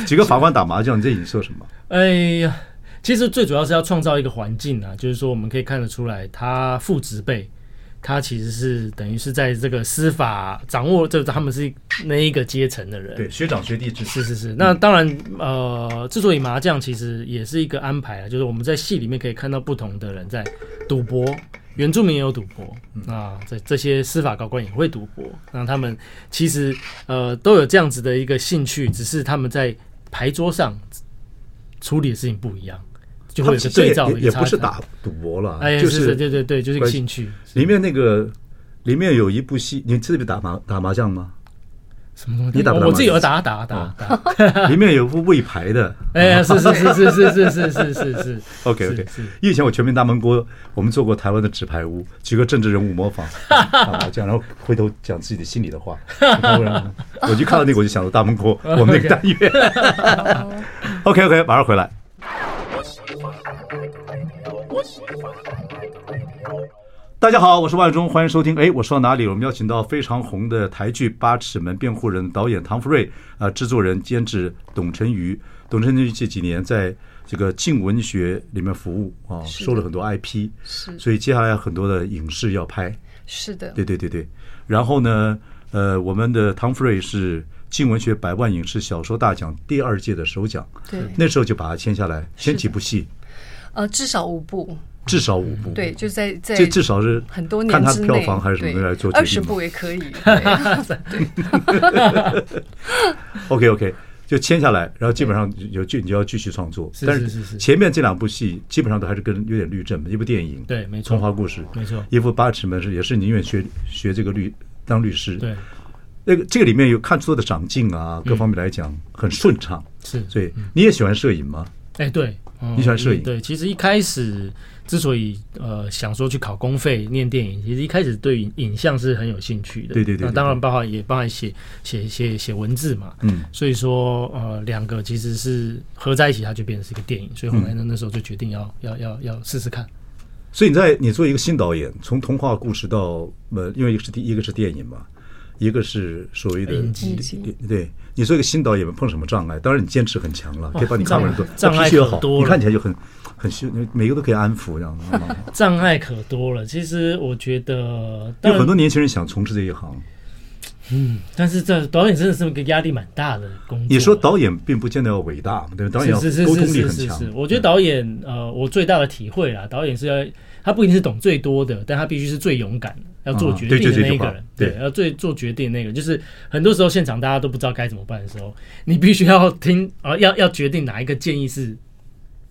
S1: 几个法官打麻将，你在影射什么？
S2: 哎呀，其实最主要是要创造一个环境啊，就是说我们可以看得出来，他父职辈，他其实是等于是在这个司法掌握，这他们是那一个阶层的人。，
S1: 学长学弟制
S2: 是是是。
S1: 嗯
S2: 那当然，呃，之所以麻将其实也是一个安排啊，就是我们在戏里面可以看到不同的人在赌博。原住民也有赌博，
S1: 嗯
S2: 那这这些司法高官也会赌博，那他们其实呃都有这样子的一个兴趣，只是他们在牌桌上处理的事情不一样，就会有一个对照
S1: 也
S2: 的一
S1: 也也
S2: 个差
S1: 不是
S2: 别
S1: 打赌博了，
S2: 哎，
S1: 就是
S2: 对对对，就是一个
S1: 关
S2: 兴趣。
S1: 里面那个里面有一部戏，你这边打麻打麻将 吗？
S2: 什么东西？
S1: 你打不打
S2: 我自己
S1: 麻
S2: 有
S1: 将哦
S2: 打打打打。
S1: 里面有部喂牌的。
S2: 哎呀，是是是是是是是是 是是。
S1: OK OK，
S2: 是是
S1: 因为以前我全民大闷锅，我们做过台湾的纸牌屋，几个政治人物模仿打麻啊将，然后回头讲自己的心里的话。然后让我就看到那个，我就想到大闷锅，我们那个单元。OK OK，马上回来。大家好，我是万忠，欢迎收听。哎，我说到哪里了？我们邀请到非常红的台剧《八尺门辩护人》导演唐福瑞，啊、制作人、监制董晨瑜。董晨瑜这几年在这个静文学里面服务啊，
S3: 是的
S1: 收了很多 IP，
S3: 是
S1: 所以接下来有很多的影视要拍。
S3: 是的，
S1: 对对对对。然后呢，呃，我们的唐福瑞是静文学百万影视小说大奖第二届的首奖，
S3: 对
S1: 那时候就把他签下来，签几部戏，
S3: 呃，至少五部，
S1: 至少五部。
S3: 对，就在在
S1: 这至少是
S3: 很多年
S1: 看他
S3: 之内
S1: 票房还是什么来做决
S3: 二十
S1: 定嘛。
S3: 部也 可以。对
S1: OK OK，就签下来，然后基本上有就你就要继续创作。
S2: 是
S1: 但
S2: 是是是
S1: 前面这两部戏基本上都还是跟有点律政，一部电影，
S2: 对没错
S1: 童话故事，
S2: 没错
S1: 一部八尺门是也是宁愿学学这个律当律师，
S2: 对，
S1: 那个这个里面有看出的长进啊，各方面来
S3: 嗯
S1: 讲很顺畅。
S2: 是
S1: 所以你也喜欢摄影吗？
S2: 哎，对，嗯
S1: 你喜欢摄影
S2: 对，其实一开始之所以呃想说去考公费念电影，其实一开始对影影像是很有兴趣的。
S1: 对对对
S2: 那
S1: 对
S2: 当然
S1: 对
S2: 包含也包含写写写写文字嘛。
S1: 嗯
S2: 所以说呃两个其实是合在一起，它就变成是一个电影。所以后来
S1: 嗯
S2: 呢，那时候就决定要要要要试试看。
S1: 所以你在你做一个新导演，从童话故事到呃，因为一个是第一个是电影嘛，一个是所谓的
S2: 影集
S1: 对，你做一个新导演碰什么障碍？当然你坚持很强了，可以把你
S2: 障
S1: cover 很多，
S2: 障碍
S1: 脾气又
S2: 可
S1: 好，
S2: 多
S1: 你
S2: 了
S1: 看起来就很很虚，每个都可以安抚这 样。啊
S2: 障碍可多了，其实我觉得，
S1: 有很
S2: 当然
S1: 多年轻人想从事这一行。
S2: 但是这导演真的是一个压力蛮大的工作。
S1: 你说导演并不见得要伟大嘛，对吧？导演要
S2: 是是
S1: 沟
S2: 是
S1: 通力
S2: 是
S1: 很
S2: 是
S1: 强
S2: 是，。我觉得导演呃，我最大的体会啦，导演是要他不一定是懂最多的，但他必须是最勇敢的，要做
S1: 啊
S2: 决
S1: 对
S2: 定
S1: 就这
S2: 的那
S1: 句
S2: 一个
S1: 话
S2: 人，
S1: 对
S2: 对，要最做决定的那个人，就是很多时候现场大家都不知道该怎么办的时候，你必须要听啊、呃要要决定哪一个建议是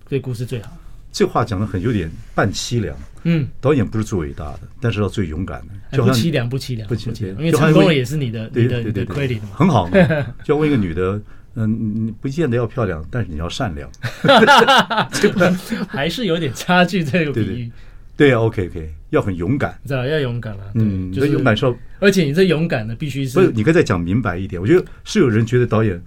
S2: 对故事最好。
S1: 这话讲的很有点半凄凉。
S2: 嗯，
S1: 导演不是最伟大的，但是要最勇敢的，
S2: 哎
S1: 就
S2: 不
S1: 好像
S2: 凄凉，不凄凉，
S1: 不
S2: 不
S1: 凄
S2: 凄凉，
S1: 凉
S2: 因为
S1: 就好像
S2: 成功了
S1: 问
S2: 也是你的
S1: 对
S2: 你的
S1: 对
S2: 你
S1: 对
S2: 的
S1: 对
S2: credit 嘛。
S1: 很 好嘛。就像问一个女的，嗯，你不见得要漂亮，但是你要善良。
S2: 还是有点差距，这个比
S1: 对
S2: 喻，
S1: 对对啊，OK OK，要很勇敢。
S2: 你知道要勇敢啊，对
S1: 嗯，
S2: 就是
S1: 那勇敢是要
S2: 而且你这勇敢的必须
S1: 不是
S2: 是，
S1: 你刚才讲明白一点，我觉得是有人觉得导演，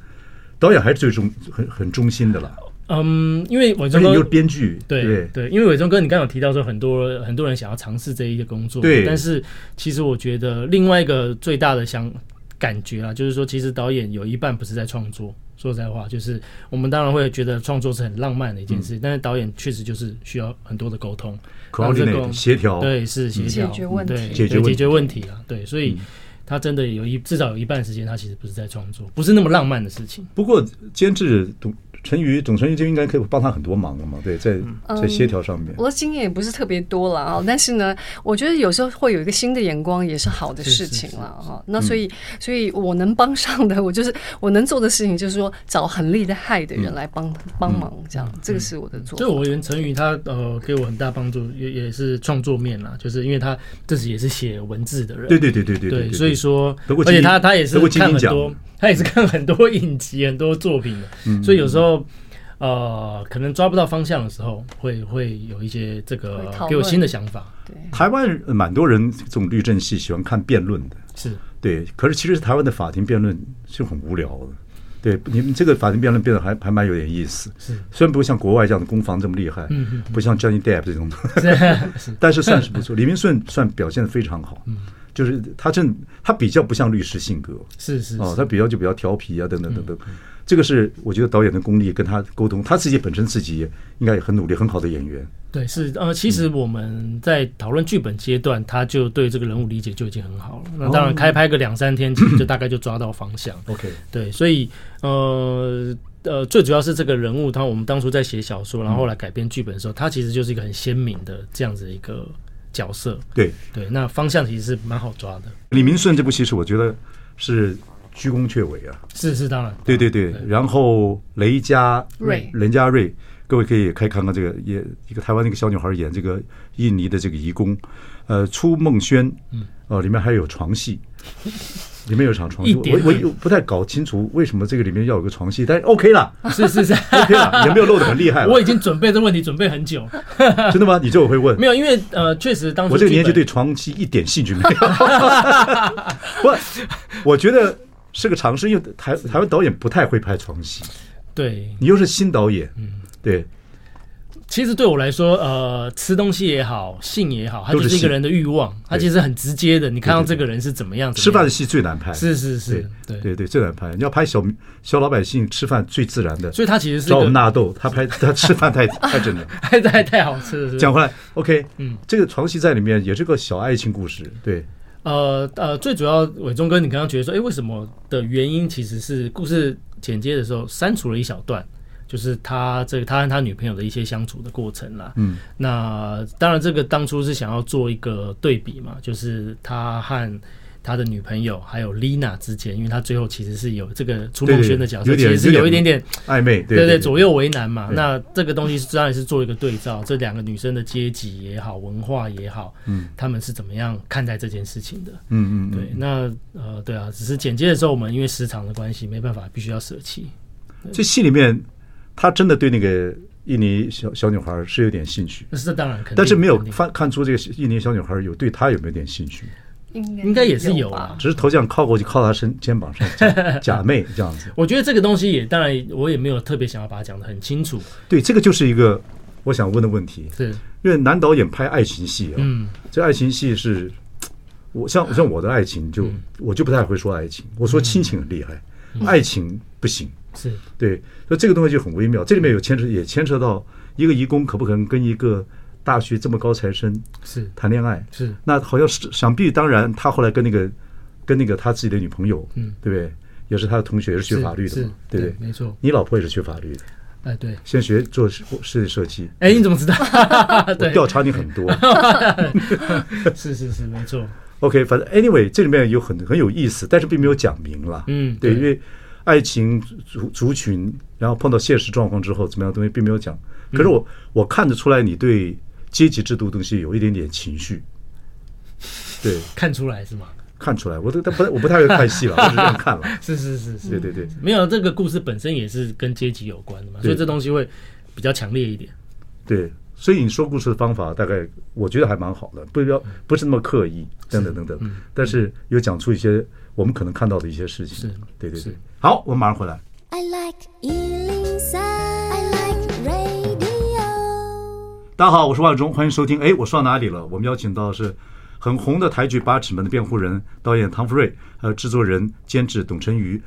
S1: 导演还是最忠很很忠心的啦，
S2: 嗯，因为我
S1: 而
S2: 觉
S1: 且
S2: 得
S1: 又是编剧，不
S2: 对啊
S1: 对
S2: 对，因为伟忠哥，你刚刚有提到说，很多很多人想要尝试这一个工作，
S1: 对
S2: 但是其实我觉得另外一个最大的想感觉啊，就是说，其实导演有一半不是在创作。说实在话，就是我们当然会觉得创作是很浪漫的一件
S1: 嗯
S2: 事，但是导演确实就是需要很多的沟通，然后这
S1: coordinate
S2: 个
S1: 协调，
S2: 对，是协调
S3: 解决问题
S2: 对
S1: 解决
S2: 对
S1: 问题嗯
S2: 解决问题啊，对，所以他真的有一至少有一半时间，他其实不是在创作，不是那么浪漫的事情。
S1: 不过监制董陈瑜，董陈瑜就应该可以帮他很多忙了嘛，对，在
S2: 嗯
S1: 在协调上面，
S3: 我的经验也不是特别多了啊，但是呢，我觉得有时候会有一个新的眼光，也是好的事情了哈。那所以，所以我能帮上的，我就是我能做的事情，就是说找很厉害的人来帮帮忙，这样，这个是我的做
S2: 就
S3: 法。
S2: 我原成语他呃给我很大帮助，也也是创作面啦，就是因为他自己也是写文字的人，
S1: 对对对对对
S2: 对
S1: 对，
S2: 所以说，
S1: 得过
S2: 而
S1: 金
S2: 且
S1: 鹰
S2: 他他也是
S1: 得过金
S2: 看
S1: 鹰
S2: 很
S1: 奖
S2: 多，他也是看很多影集、很多作品的，
S1: 嗯
S2: 所以有时候呃可能抓不到方向的时候，会会有一些这
S3: 会
S2: 个
S3: 讨论
S2: 给我新的想法，
S3: 对，
S1: 台湾人蛮多人这种律政系喜欢看辩论的，
S2: 是
S1: 对，可是其实台湾的法庭辩论是很无聊的。对，你们这个法庭辩论辩论还还蛮有点意思，
S2: 是
S1: 虽然不像国外这样的攻防这么厉害，
S2: 嗯嗯
S1: 不像 Johnny Depp 这种，
S2: 是 是嗯
S1: 但是算是不 错。李明顺算表现的非常好，就是他正他比较不像律师性格
S2: 是是嗯
S1: 哦，他比较就比较调皮啊，等等等等。这个是我觉得导演的功力跟他沟通，他自己本身自己也应该也很努力，很好的演员。
S2: 对，是呃，其实我们在讨论剧本阶段，他就对这个人物理解就已经很好了。那当
S1: 哦
S2: 然，开拍个两三天，其实就大概就抓到方向。
S1: OK，
S2: 对，所以呃呃，最主要是这个人物，他我们当初在写小说，然后后来改编剧本的时候，他其实就是一个很鲜明的这样子一个角色。
S1: 对，
S2: 对，那方向其实是蛮好抓的。
S1: 李明顺这部戏是我觉得是鞠躬却尾啊，
S2: 是是，当然，
S1: 对对对，然后雷佳
S3: 瑞
S1: 任佳瑞，各位可以可以看看这个，也一个台湾那个小女孩演这个印尼的这个移工，呃，初梦轩，嗯，呃，里面还有床 戏，里面有场床戏，
S2: 一点
S1: 我我我不太搞清楚为什么这个里面要有个床戏，但是 OK 了
S2: 是是是，
S1: ，OK 了，也没有露得很厉害
S2: 我
S1: 了
S2: 已，经准备这问题准备很久，
S1: 真的吗？你这我会问
S2: 没。有，因为呃，确实当初
S1: 我这个年纪
S2: 剧
S1: 对
S2: 本
S1: 床戏一点兴趣没有，我我觉得是个尝试，因为台台湾导演不太会拍床戏，
S2: 对，
S1: 你又是新导演，
S2: 嗯
S1: 对，
S2: 其实对我来说，呃，吃东西也好，性也好，它
S1: 都
S2: 就是是一
S1: 性
S2: 个人的欲望，它其实很直接的。你看到这个人是怎么样，
S1: 吃
S2: 怎么
S1: 饭
S2: 样
S1: 的戏最难拍，
S2: 是是
S1: 对
S2: 是，对
S1: 对对最难拍。你要拍小小老百姓吃饭最自然的，
S2: 所以它其实是一
S1: 找我们
S2: 个
S1: 纳豆，他拍他吃饭太太真 的。
S2: 太太太好吃了，是不是
S1: 讲回来，OK，
S2: 嗯，
S1: 这个床戏在里面也是个小爱情故事，对，
S2: 呃呃，最主要伟忠哥，你刚刚觉得说，哎、为什么的原因其实是故事剪接的时候删除了一小段，就是他这个他和他女朋友的一些相处的过程啦。
S1: 嗯，
S2: 那当然这个当初是想要做一个对比嘛，就是他和。他的女朋友还有 Lina 之间，因为他最后其实是有这个楚梦轩的角
S1: 对
S2: 色，
S1: 对有点
S2: 其实是有一点点
S1: 暧昧，对
S2: 对
S1: 对
S2: 左右为难嘛。
S1: 对
S2: 那这个东西是当然是做一个对照，这两个女生的阶级也好，文化也好，
S1: 嗯，
S2: 他们是怎么样看待这件事情的？
S1: 嗯嗯嗯，
S2: 对，那呃，对啊，只是剪接的时候，我们因为时长的关系，没办法，必须要舍弃。
S1: 这戏里面他真的对那个印尼小小女孩是有点兴趣，
S2: 那是当然肯定，
S1: 但是没有
S2: 肯定
S1: 看看出这个印尼小女孩有对他有没有点兴趣，
S3: 应该
S2: 应该也是有
S3: 吧
S2: 啊。。
S1: 只是头像靠过去靠他身肩膀上， 假假寐这样子。
S2: 我觉得这个东西也当然，我也没有特别想要把它讲得很清楚，
S1: 对，这个就是一个我想问的问题，
S2: 是
S1: 因为男导演拍爱情戏啊，
S2: 嗯，
S1: 这爱情戏是，我像像我的爱情就、
S2: 嗯
S1: 我就不太会说爱情，我说亲情很厉害，爱情不行。
S2: 是
S1: 对，所以这个东西就很微妙，这里面有牵
S2: 嗯
S1: 扯也牵扯到一个义工可不可能跟一个大学这么高材生
S2: 是
S1: 谈恋爱，
S2: 是
S1: 那好像是想必当然他后来跟那个跟那个他自己的女朋友，
S2: 嗯
S1: 对不对？也是他的同学，也是学法律的
S2: 是
S1: 嘛，对不对？
S2: 没错，
S1: 你老婆也是学法律的，
S2: 哎对，
S1: 先学做室室内设计，
S2: 哎你怎么知道？
S1: 我
S2: 对，
S1: 调查你很多。
S2: 是是是没错，
S1: OK，反正 anyway，这里面有很很有意思，但是并没有讲明了。
S2: 嗯
S1: 对，
S2: 对
S1: 因为爱情族族群，然后碰到现实状况之后怎么样的东西并没有讲。可
S2: 嗯
S1: 是我、我看得出来，你对阶级制度的东西有一点点情绪。对，
S2: 看出来是吗？
S1: 看出来，我都但不太我不太会看戏了，我只是这样看了。
S2: 是是是是
S1: 对，对对，
S2: 没有这个故事本身也是跟阶级有关的嘛，
S1: 对
S2: 所以这东西会比较强烈一点。
S1: 对，所以你说故事的方法，大概我觉得还蛮好的，不要不是那么刻意，等等等等，
S2: 嗯
S1: 但是有讲出一些我们可能看到的一些事情。
S2: 是
S1: 对对对
S2: 是。
S1: 好，我们马上回来。
S4: I like Ealing Sound. I like radio.
S1: 大家好，我是万忠，欢迎收听。哎，我说到哪里了？我们邀请到的是很红的台剧《八尺门的辩护人》导演唐福瑞，还有制作人、监制董晨瑜。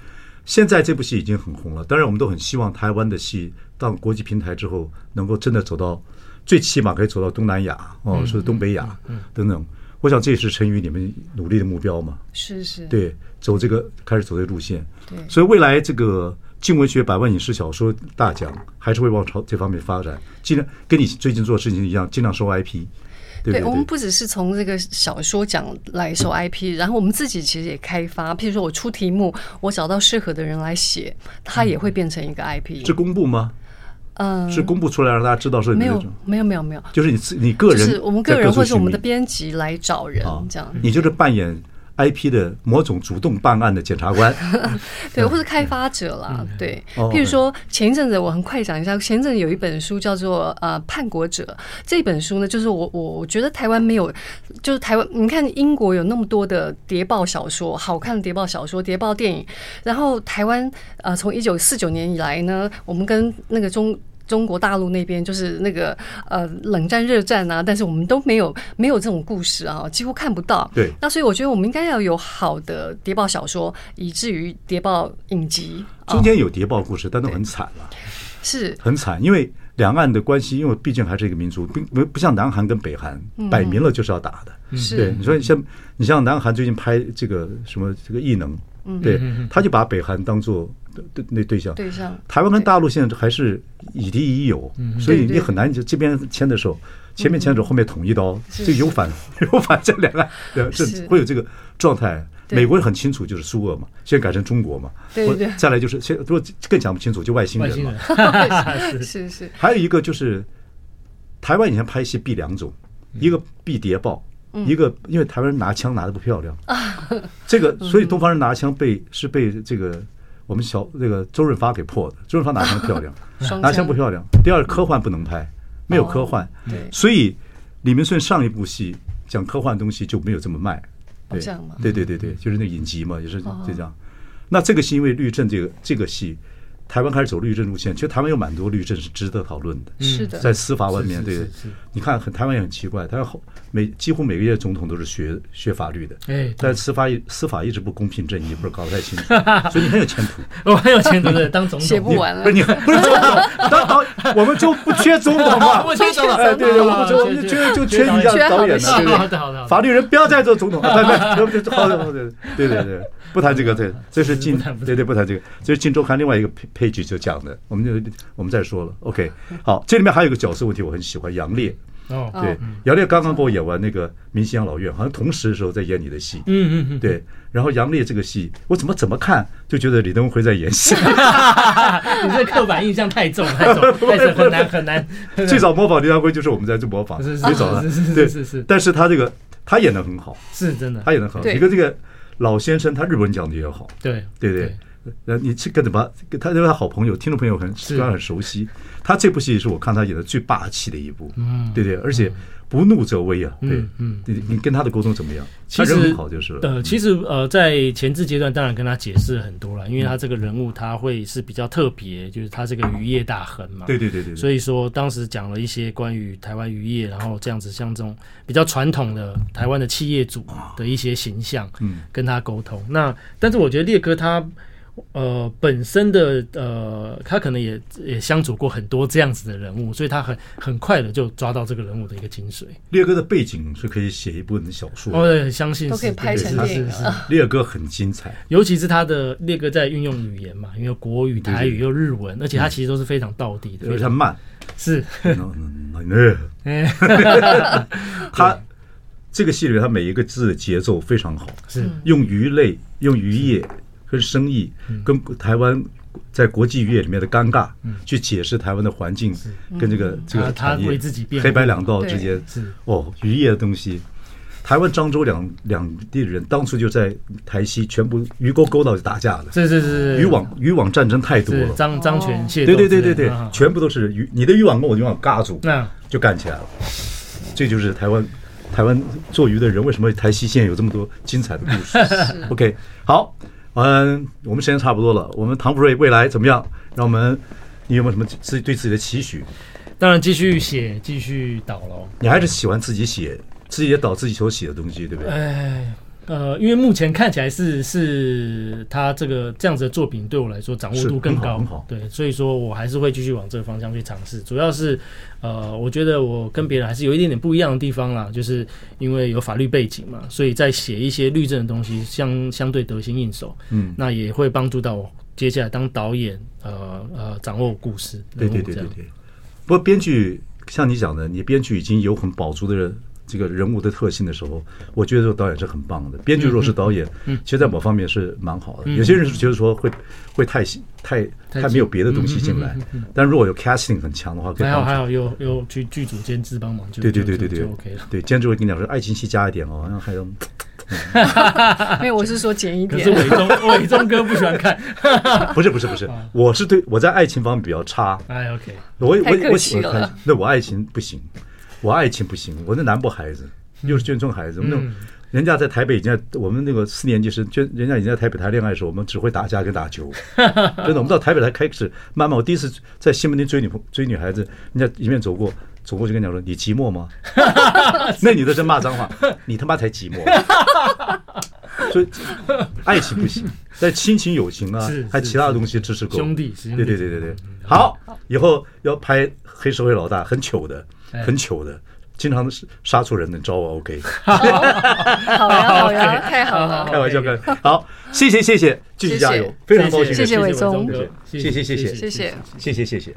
S1: 现在这部戏已经很红了，当然我们都很希望台湾的戏到国际平台之后，能够真的走到最起码可以走到东南亚哦，甚至东北亚等等。我想这也是陈宇你们努力的目标嘛。
S3: 是是，
S1: 对，走这个开始走这个路线。
S3: 对
S1: 所以未来这个静文学百万影视小说大奖还是会往朝这方面发展，尽量跟你最近做的事情一样，尽量收 IP，对不对？
S3: 我们不只是从这个小说奖来收 IP，然后我们自己其实也开发，譬如说我出题目，我找到适合的人来写，它也会变成一个 IP
S1: 是。公布吗？
S3: 嗯，
S1: 是公布出来让大家知道说你
S3: 没
S1: 的
S3: 有
S1: 这种，
S3: 没有，没有，没有，
S1: 就是你自你个
S3: 嗯就
S1: 人在各处寻觅，
S3: 是我们个人或者我们的编辑来找人
S1: 啊
S3: 这样。
S1: 你就是扮演 IP 的某种主动办案的检察 官，
S3: 对，或者开发者啦，对。
S1: 哦
S3: 譬如说，前一阵子我很快讲一下，前一阵子有一本书叫做《呃叛国者》，这本书呢，就是我我我觉得台湾没有，就是台湾，你看英国有那么多的谍报小说，好看的谍报小说、谍报电影，然后台湾呃，从一九四九年以来呢，我们跟那个中中国大陆那边就是那个呃冷战热战啊，但是我们都没有没有这种故事啊，几乎看不到。
S1: 对
S3: 那所以我觉得我们应该要有好的谍报小说，以至于谍报影集。啊
S1: 中间有谍报故事，但都很惨了。
S3: 是
S1: 很惨，因为两岸的关系，因为毕竟还是一个民族，并不不像南韩跟北韩，
S3: 嗯
S1: 摆明了就是要打的。
S3: 是
S1: 对，你
S2: 嗯
S1: 说像你像南韩最近拍这个什么这个异能，
S2: 嗯
S1: 对，他就把北韩当做对那对象。
S3: 嗯对象
S2: 嗯
S1: 台湾跟大陆现在还是以敌以友，所以你很难就这边签的时候，前面
S3: 嗯
S1: 前手，后面捅一刀，这个有 反有反这两岸，两这
S3: 是
S1: 会有这个状态。
S3: 对
S1: 美国人很清楚，就是苏俄嘛，现在改成中国嘛，
S3: 对
S1: 我
S3: 对
S1: 再来就是现如果更讲不清楚，就外星
S2: 外
S1: 人
S2: 星
S1: 嘛
S2: 人，
S3: 是是，
S1: 还有一个就是，台湾以前拍戏避两种，
S3: 嗯
S1: 一个避谍报，一个因为台湾人拿枪拿的不漂亮，
S3: 啊
S1: 这 个所以东方人拿枪被是被这个我们小那个周润发给破的，周润发拿枪漂亮
S3: 双，
S1: 拿枪不漂亮。第二，科幻不能拍，没有科幻
S3: 哦对，
S1: 所以李明顺上一部戏讲科幻的东西就没有这么卖，对
S3: 哦这样吗
S1: 对对对对，就是那个影集嘛，也是
S3: 哦
S1: 就这样。那这个是因为律政这个这个戏。台湾开始走律政路线，其实台湾有蛮多律政是值得讨论的。
S3: 是的，
S1: 嗯在司法外面，
S2: 是是
S1: 对
S2: 是是，
S1: 你看很台湾也很奇怪，台湾后每几乎每个月总统都是学学法律的，
S2: 哎
S1: 但司法一司法一直不公平正义，不是搞不太清楚，所以你很有前途。
S2: 我很有前途的，当总
S3: 写
S2: 统
S3: 不完了
S1: 不是。你不是总统，当导我们就不缺总统 嘛，
S2: 不缺总统
S1: 哎对对，我们就
S2: 啊
S1: 我们就
S2: 缺
S1: 缺就
S2: 缺
S1: 缺你这样的导演
S3: 缺好
S1: 呢，
S3: 的
S1: 对
S2: 好的好
S1: 不对？
S2: 的好的，
S1: 法律人不要再做总统，啊不不不，好的好的，对对对，不谈这个，对，这是
S2: 不
S1: 近
S2: 谈不谈
S1: 对对不谈这个，这是《金周刊》另外一个配配剧就讲的，我们就我们再说了，OK，好，这里面还有一个角色问题，我很喜欢杨烈，
S2: 哦，
S1: 对，杨烈刚刚跟我演完那个《明星养老院》，好像同时的时候在演你的戏。
S2: 嗯嗯嗯，
S1: 对，然后杨烈这个戏，我怎么怎么看就觉得李登辉在演戏，
S2: 嗯你这刻板印象太重太重 太重，很难很难。
S1: 最早模仿李登辉就是我们在做模仿，
S2: 是是
S1: 最早的
S2: 是是是
S1: 对
S2: 是是
S1: 但是他这个他演的很好，
S2: 是真的
S1: 他，演的很好。
S3: 对
S1: 一个这个老先生，他日文讲的也好，
S2: 对
S1: 对不对。然后你去跟他把跟他因为他好朋友，听众朋友很
S2: 是
S1: 虽然很熟悉，他这部戏是我看他演的最霸气的一部，嗯，对不对，而且不怒则威啊，对
S2: 嗯，嗯
S1: 你你跟他的沟通怎么样？
S2: 其
S1: 他人
S2: 实
S1: 很好就是了，
S2: 呃，其实呃，在前置阶段，当然跟他解释很多了，因为他这个人物他会是比较特别，就是他这个渔业大亨嘛，
S1: 对对对对，对
S2: 所以说当时讲了一些关于台湾渔业，然后这样子像这种比较传统的台湾的企业主的一些形象，
S1: 嗯
S2: 跟他沟通。那但是我觉得列哥他。呃，本身的呃，他可能也也相处过很多这样子的人物，所以他很很快的就抓到这个人物的一个精髓。
S1: 烈哥的背景是可以写一部小说的，
S2: 我也相信
S3: 都
S2: 是
S3: 可以
S2: 对
S3: 拍
S2: 是
S1: 对
S3: 成
S1: 他
S2: 哦是
S3: 电影啊
S2: 是
S3: 了
S1: 烈哥很精彩，
S2: 尤其是他的列哥在运用语言嘛，因为有国语、台语又日文，而且他其实都是非常道地的，
S1: 而且他 慢，
S2: 是
S1: 嗯嗯嗯
S2: 哎
S1: 他这个戏里面他每一个字的节奏非常好，
S2: 是
S3: 嗯
S1: 用鱼类、用渔业跟生意、
S2: 嗯
S1: 跟台湾。在国际渔业里面的尴尬，去解释台湾的环境跟这个这个
S2: 嗯他他
S1: 产业
S2: 为自己辩护
S1: 黑白两道之间
S2: 是
S1: 哦，渔业的东西，台湾漳州两两地人当初就在台西全部鱼钩勾到就打架了，
S2: 是是是
S1: 渔网渔网战争太多
S2: 是
S1: 了，
S2: 张张权械斗
S1: 对对对
S2: 之类
S1: 对
S2: 的
S1: 对
S2: 啊，
S1: 全部都是渔，你的渔网跟我的渔网嘎住，
S2: 那
S1: 就干起来了。这就是台湾台湾做鱼的人为什么台西县有这么多精彩的故事。OK，好， 嗯，我们时间差不多了，我们唐福瑞未来怎么样？让我们，你有没有什么自己对自己的期许？
S2: 当然继续写，继续导喽。
S1: 你还是喜欢自己写，自己也导自己所写的东西，对不对？
S2: 哎，呃，因为目前看起来是是他这个这样子的作品对我来说掌握
S1: 是
S2: 度更
S1: 很
S2: 高，
S1: 好很好
S2: 对，所以说我还是会继续往这个方向去尝试。主要是，呃，我觉得我跟别人还是有一点点不一样的地方啦，就是因为有法律背景嘛，所以在写一些律政的东西相相对得心应手，
S1: 嗯，
S2: 那也会帮助到我接下来当导演，呃呃，掌握故事，
S1: 对对
S2: 人物
S1: 对对
S2: 这样
S1: 对。不过编剧像你讲的，你编剧已经有很饱足的这个人物的特性的时候，我觉得这个导演是很棒的。编剧如果是导
S2: 嗯
S1: 演，其实在某方面是蛮好的。有些人是觉得说会会太太
S2: 太嗯
S1: 太没有别的东西进来，但如果有 casting 很强的话，可以
S2: 哎还好
S1: 帮
S2: 还
S1: 助。
S2: 好有有去剧组监制帮忙，就
S1: 对对对
S2: 就
S1: 对
S2: 就
S1: 对
S2: 就 OK 了。
S1: 对，监制会跟你讲说，爱情戏加一点哦，然后还 有
S3: 没有，我是说减一
S2: 可是
S3: 点，
S2: 伟忠 伟忠哥不喜欢看，
S1: 不是不是不是，我是对我在爱情方面比较差，
S2: 哎，OK，
S1: 我我
S3: 太客
S1: 我
S3: 气
S1: 喜欢
S3: 了
S1: 看，那我爱情不行，我爱情不行，我是南部孩
S3: 嗯
S1: 子，又是眷村孩子，那种人家在台北已经在我们那个四年级时，眷人家已经在台北谈恋爱的时候，我们只会打架跟打 球，真的，我们到台北才开始慢慢，我第一次在西门町追女朋追女孩子，人家一面走过。走过去跟你讲说：“你寂寞 吗？”那女的真骂脏话，你他妈才 寂寞。所以爱情不行，但亲情、友情啊
S2: 是，
S1: 还有
S2: 是
S1: 其他的东西支持够。
S2: 兄弟是兄弟嗯
S1: 对对对对对，好，以后要拍黑社会老大，很糗的，
S2: 哎
S1: 很糗的，经常是杀错人的，你找我 OK？
S3: 好呀好呀，太好了，
S1: 开玩笑，开玩笑。好，谢谢谢谢，继续加油
S3: 谢谢，
S1: 非常高兴
S3: 谢
S1: 认识
S3: 谢
S1: 你，
S3: 伟忠
S2: 哥
S1: 谢谢谢谢
S3: 谢谢。
S1: 谢谢谢谢。